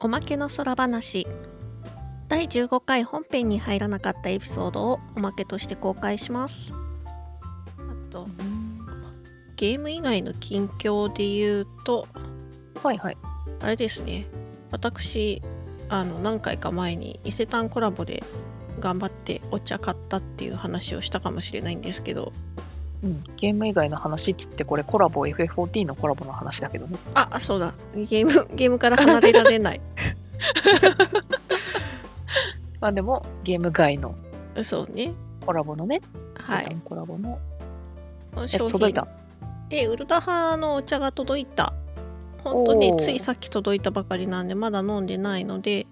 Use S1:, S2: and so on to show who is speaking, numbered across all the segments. S1: おまけの空話第15回本編に入らなかったエピソードをおまけとして公開しますあとゲーム以外の近況で言うと
S2: はいはい。
S1: あれですね私あの何回か前に伊勢丹コラボで頑張ってお茶買ったっていう話をしたかもしれないんですけど
S2: うん、ゲーム以外の話っつってこれコラボ FF14 のコラボの話だけどね。
S1: あそうだゲームゲームから離れられ ない
S2: まあでもゲーム外の
S1: そうね
S2: コラボのね、
S1: は
S2: 普
S1: い
S2: 段コラボのや
S1: 商品
S2: つ届いた。
S1: えウルダハのお茶が届いた本当
S2: お
S1: に
S2: ー
S1: ついさっき届いたばかりなんでまだ飲んでないので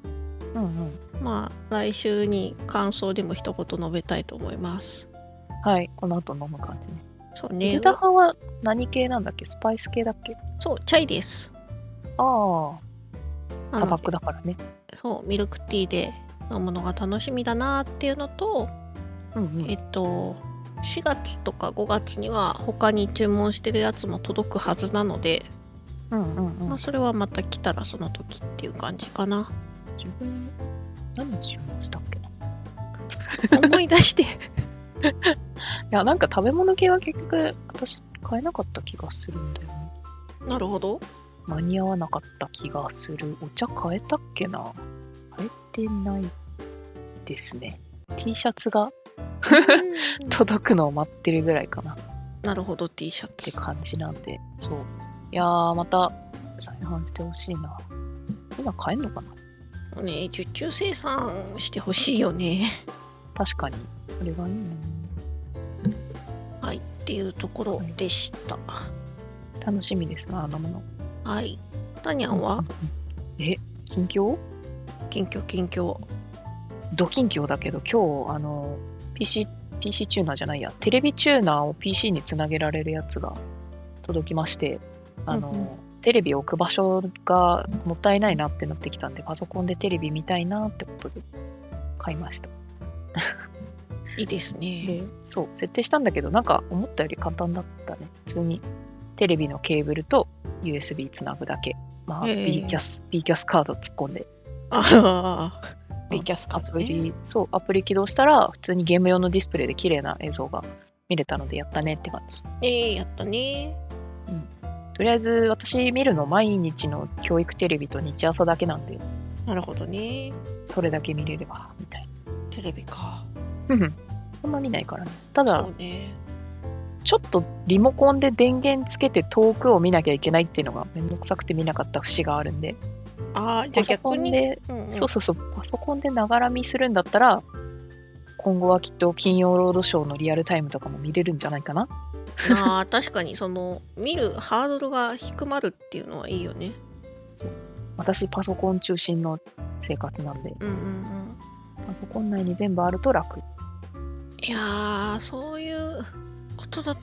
S2: うんうん。
S1: まあ来週に感想でも一言述べたいと思います
S2: はい、この後飲む感じね。
S1: そう
S2: エ
S1: ね
S2: ルダハは何系なんだっけスパイス系だっけ
S1: そうチャイです
S2: ああ、
S1: なの
S2: 砂
S1: で
S2: 漠だからね。
S1: そうミルクティーで飲むのが楽しみだなっていうのと、
S2: うんう
S1: え
S2: ん
S1: っ。と4月とか5月には他に注文してるやつも届くはずなので、
S2: うんうんう
S1: ま
S2: ん
S1: あ、。それはまた来たらその時っていう感じかな
S2: 自分、何注文したっけない
S1: 思い出 して
S2: や、なんか食べ物系は結局私買えなかった気がするんだよね。
S1: なるほど
S2: 間に合わなかった気がする。お茶変えたっけな変えてないですね。T シャツが 届くのを待ってるぐらいかなっ
S1: なるほど T シャ
S2: て
S1: ツ
S2: 感じなんで、そう。いやー、また再販してほしいな。今買えんのかな
S1: ね受注生産してほしいよね
S2: 確かに。これがいいな。
S1: はいっていうところでした
S2: 楽しみですな、あのもの。
S1: はいタニャンは
S2: え、近況
S1: 近況近況
S2: ド近況だけど、今日、あの、PC、PC チューナーじゃないや、テレビチューナーを PC につなげられるやつが届きまして、あの、
S1: うんうん
S2: テレビを置く場所がもったいないなってなってきたんで、パソコンでテレビ見たいなってことで買いました。
S1: いいですね
S2: で、そう、設定したんだけど、なんか思ったより簡単だったね。普通にテレビのケーブルと USB つなぐだけ。まあ、
S1: へえ
S2: B キャス、B キャスカード突っ込んで、
S1: ああ B キャスカ
S2: ア
S1: ード
S2: プ
S1: ね
S2: リ、そう、アプリ起動したら、普通にゲーム用のディスプレイで綺麗な映像が見れたので、やったねって感じ。
S1: えー、やったね
S2: とりあえず、私見るの毎日の教育テレビと日朝だけなんで、
S1: なるほどね
S2: それだけ見れれば、みたい
S1: テレビか
S2: な。うんうんそんな見ないからね。ただ
S1: そ、うね
S2: ちょっとリモコンで電源つけて遠くを見なきゃいけないっていうのがめんどくさくて見なかった節があるんで、
S1: あーじゃ
S2: パ
S1: あ
S2: ソコ
S1: 逆
S2: ン
S1: に、
S2: で、
S1: うんうん
S2: そうそうそう、パソコンでながら見するんだったら、今後はきっと金曜ロードショーのリアルタイムとかも見れるんじゃないかな。
S1: あー確かにその見るハードルが低まるっていうのはいいよね
S2: 私パソコン中心の生活なんで
S1: うんうんうん
S2: パソコン内に全部あると楽
S1: いやーそういうことだっ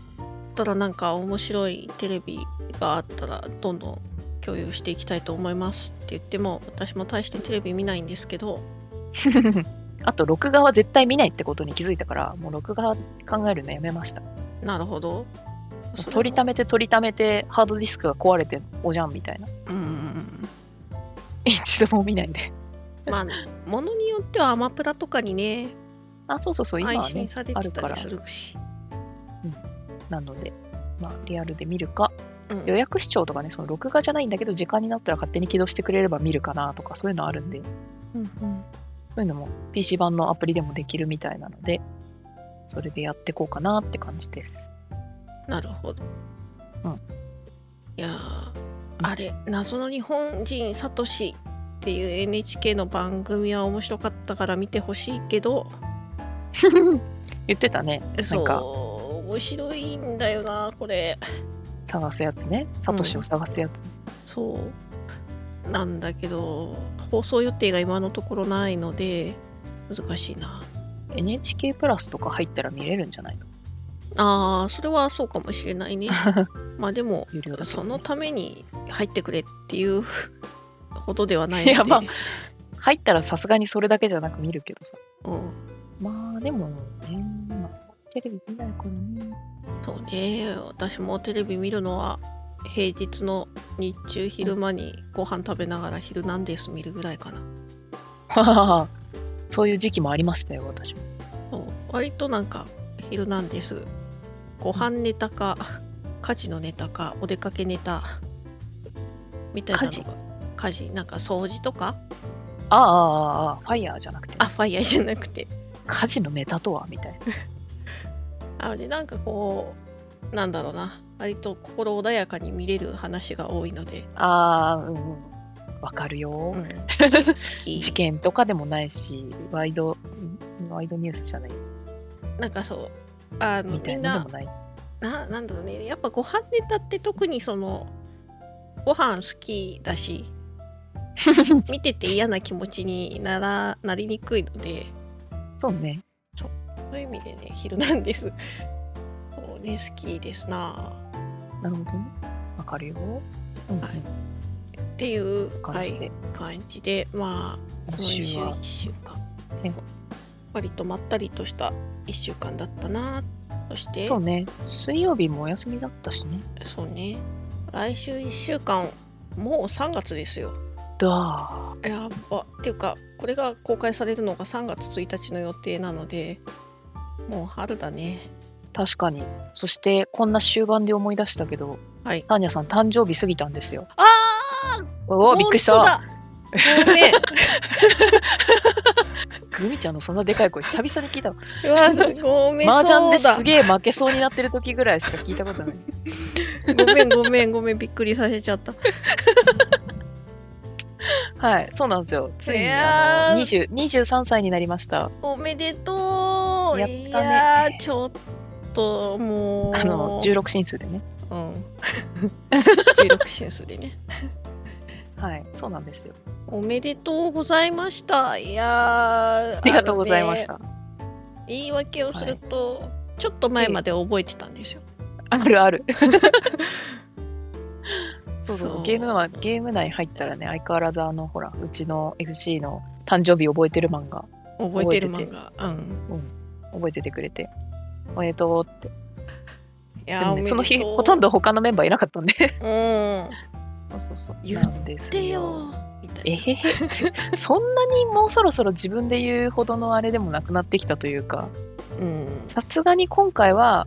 S1: たらなんか面白いテレビがあったらどんどん共有していきたいと思いますって言っても私も大してテレビ見ないんですけど
S2: あと録画は絶対見ないってことに気づいたからもう録画考えるのやめました
S1: なるほど
S2: 取りた
S1: め
S2: めて取りためてハードディスクが壊れておじゃんみたいな
S1: うんうんうん
S2: 一度も見ないんで
S1: まあものによってはアマプラとかにね
S2: あそうそうそう今
S1: 配
S2: はね
S1: 信され
S2: あ
S1: て
S2: る
S1: た
S2: から
S1: りするし
S2: なのでまあリアルで見るか
S1: うん
S2: 予約視聴とかねその録画じゃないんだけど時間になったら勝手に起動してくれれば見るかなとかそういうのあるんで
S1: うんうん
S2: そういうのも PC 版のアプリでもできるみたいなのでそれでやってこうかなって感じです
S1: なるほど。
S2: うん
S1: いやーあれ謎の日本人サトシっていう NHK の番組は面白かったから見てほしいけど
S2: 言ってたねなんか
S1: そう面白いんだよなこれ
S2: 探すやつねサトシを探すやつ、
S1: そうなんだけど放送予定が今のところないので難しいな
S2: NHK プラスとか入ったら見れるんじゃないの
S1: あーそれはそうかもしれ ないねまあでも
S2: 有料だけど
S1: そ
S2: ね
S1: のために入ってくれっていう ほどではないの
S2: い
S1: で
S2: やまあ入ったらさすがにそれだけじゃなく見るけどさ
S1: うん
S2: まあでもね、まあテレビ見ないからね
S1: そうね私もテレビ見るのは平日の日中昼間にご飯食べながら「ヒルナンデス」見るぐらいかな
S2: そういう時期もありましたよ、私も。
S1: そう割となんか「ヒルナンデス」ご飯ネタか 家事のネタかお出かけネタみたいなのが
S2: 家事
S1: 家事なんか掃除とか
S2: ああああ、ああ、ファイヤーじゃなくて、
S1: あファイヤーじゃなくて
S2: 家事のネタとはみたいな。
S1: あでなんかこうなんだろうな割と心穏やかに見れる話が多いので、
S2: ああ、うんうん。わかるよ
S1: う。 ん好き
S2: 事件とかでもないし、ワイド、んワイドニュースじゃない
S1: なんかそうあの
S2: みた
S1: み
S2: い
S1: ん
S2: なの
S1: な
S2: でもない。
S1: ななんだろうねやっぱご飯ネタって特にそのご飯好きだし見てて嫌な気持ちにならなりにくいので
S2: そうね。
S1: そういう意味でね「昼なんです」そうね好きですな
S2: なるほどね。わかるよ。うんうん、
S1: はいっていう
S2: 感じ
S1: はい、
S2: で、
S1: 感じでまあ今
S2: 今
S1: 週
S2: 週は
S1: 1週間
S2: え
S1: 割とまったりとした1週間だったなそして
S2: そうね。水曜日もお休みだったしね。
S1: そうね来週1週間もう3月ですよ
S2: だー
S1: やっぱっていうかこれが公開されるのが3月1日の予定なのでもう春だね
S2: 確かに。そして、こんな終盤で思い出したけど、
S1: はい
S2: ターニャさん誕生日過ぎたんですよ。
S1: あ
S2: う
S1: ー
S2: わ、びっくりし
S1: 本
S2: た。
S1: 当だごめ ん
S2: グミちゃんのそんなでかい声、久々に聞い たわ
S1: うわごめん
S2: 麻雀
S1: そ
S2: で
S1: うだ
S2: すげえ負けそうになってる時ぐらいしか聞い たことない。
S1: ごめんごめんごめんびっくりさせちゃった
S2: はい、そうなんですよ。つい
S1: い
S2: に
S1: やー
S2: あの20 23歳になりました。
S1: おめでとう
S2: やったね
S1: いやーちょっともう
S2: あの16進数でね。
S1: うん 16進数でね
S2: はい、そうなんですよ。
S1: おめでとうございましたいやー
S2: ありがとうございまし
S1: あ
S2: た。
S1: のね言い訳をすると、ちょっと前まで覚えてたんですよ
S2: あるある。そうそう
S1: そう
S2: ゲームはゲーム内入ったらね相変わらずあのほらうちの FC の誕生日覚えてる漫画
S1: 覚えてる
S2: 覚えて
S1: 漫
S2: て
S1: 画うん
S2: 覚えててくれておめでとうって
S1: い
S2: で
S1: や
S2: も
S1: ー
S2: ねその
S1: お
S2: 日
S1: めでとう
S2: ほとんど他のメンバーいなかったんで
S1: うん
S2: そうそうそう
S1: 言っ
S2: なんです
S1: でよみた
S2: え
S1: い
S2: へへってそんなにもうそろそろ自分で言うほどのあれでもなくなってきたというか
S1: なうん
S2: さすがに今回は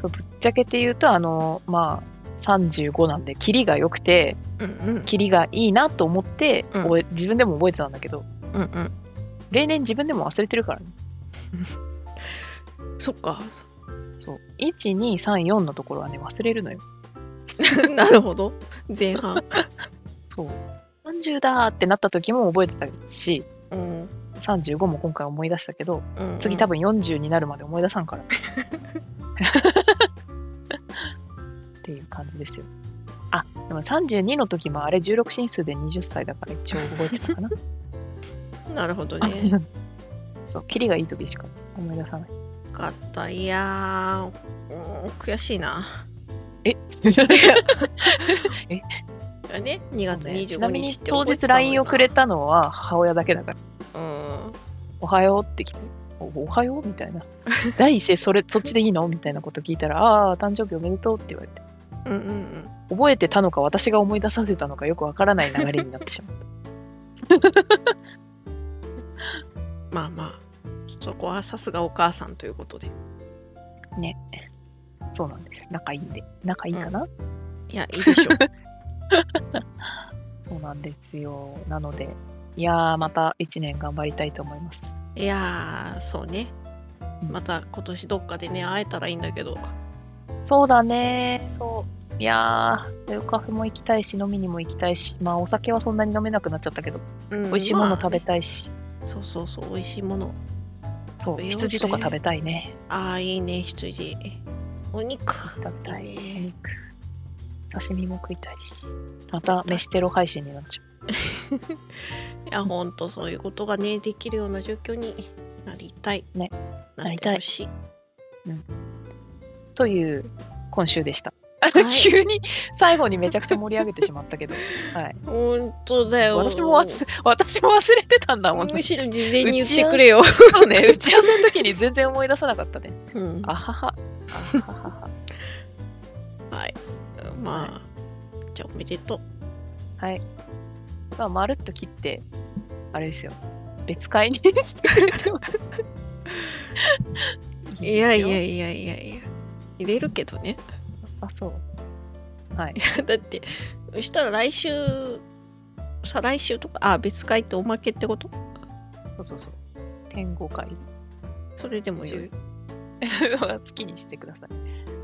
S2: そうぶっちゃけて言うとあのまあ35なんでキリが良くて
S1: うんうん
S2: キリがいいなと思って、
S1: うん
S2: 覚え自分でも覚えてたんだけど
S1: うんうん
S2: 例年自分でも忘れてるからね
S1: そっか
S2: そう1234のところはね忘れるのよ
S1: なるほど前半
S2: そう30だーってなった時も覚えてたし
S1: うん
S2: 35も今回思い出したけど
S1: うん
S2: 次多分40になるまで思い出さんから。っていう感じですよ。あでも32の時もあれ16進数で20歳だから一応覚えてたか な。
S1: なるほどね
S2: そう、キリがいい時しか思い出さない。
S1: よかったいやーうん悔しいな
S2: ええ
S1: だね2月
S2: ち
S1: 25
S2: なみに
S1: 日って
S2: 当
S1: 覚えて
S2: 日
S1: たのに
S2: LINE をくれたのは母親だけだから、
S1: うん
S2: おはようって来て、おおはようみたいな。第一声それ、そっちでいいのみたいなこと聞いたら、ああー、誕生日おめでとうって言われて、
S1: うんうんうん
S2: 覚えてたのか私が思い出させたのかよくわからない流れになってしまった
S1: まあまあそこはさすがお母さんということで
S2: そう なんです。仲いいんで。仲いいかな、
S1: いやいいでしょう
S2: そうなんですよ。なので、いやー、また1年頑張りたいと思います。
S1: いやーそうね
S2: うん
S1: また今年どっかでね会えたらいいんだけど
S2: そうだねそう。いやー、レオカフェも行きたいし、飲みにも行きたいし、まあ、お酒はそんなに飲めなくなっちゃったけど、
S1: うん
S2: 美味しいも
S1: ま
S2: の
S1: あ
S2: 食べたいし、
S1: そうそうそう美味しいもの
S2: そ
S1: 食
S2: う、
S1: べようぜ
S2: 羊とか食べたいね。
S1: ああいいね羊お肉
S2: 食べたい。
S1: いい
S2: お
S1: ね
S2: 肉。刺身も食いたいし。また、飯テロ配信になっちゃう。
S1: いやほんとそういうことがねできるような状況になりたい
S2: ね
S1: なってほしい
S2: という、今週でした。
S1: い
S2: 急に最後にめちゃくちゃ盛り上げてしまった けど、はい。
S1: ほんとだよ
S2: 私も忘私も忘れてたんだ もん、ね
S1: む。しろ事前に言ってくれよ、
S2: そうね、 打ち合わせの時に全 然思い出さなかったね。
S1: うん
S2: あはは。あははは
S1: はい。まあ、じゃあおめでとう
S2: はい。まあ、まるっと切って、あれですよ。別会にしてくれても。
S1: いやいや
S2: ですよ。
S1: いやいやいや入れるけどね
S2: あ、そう。はい。
S1: だってそしたら来週再来週とかあ別会っておまけってこと
S2: そうそうそう。天狗会。
S1: それでもよい
S2: 月にしてください。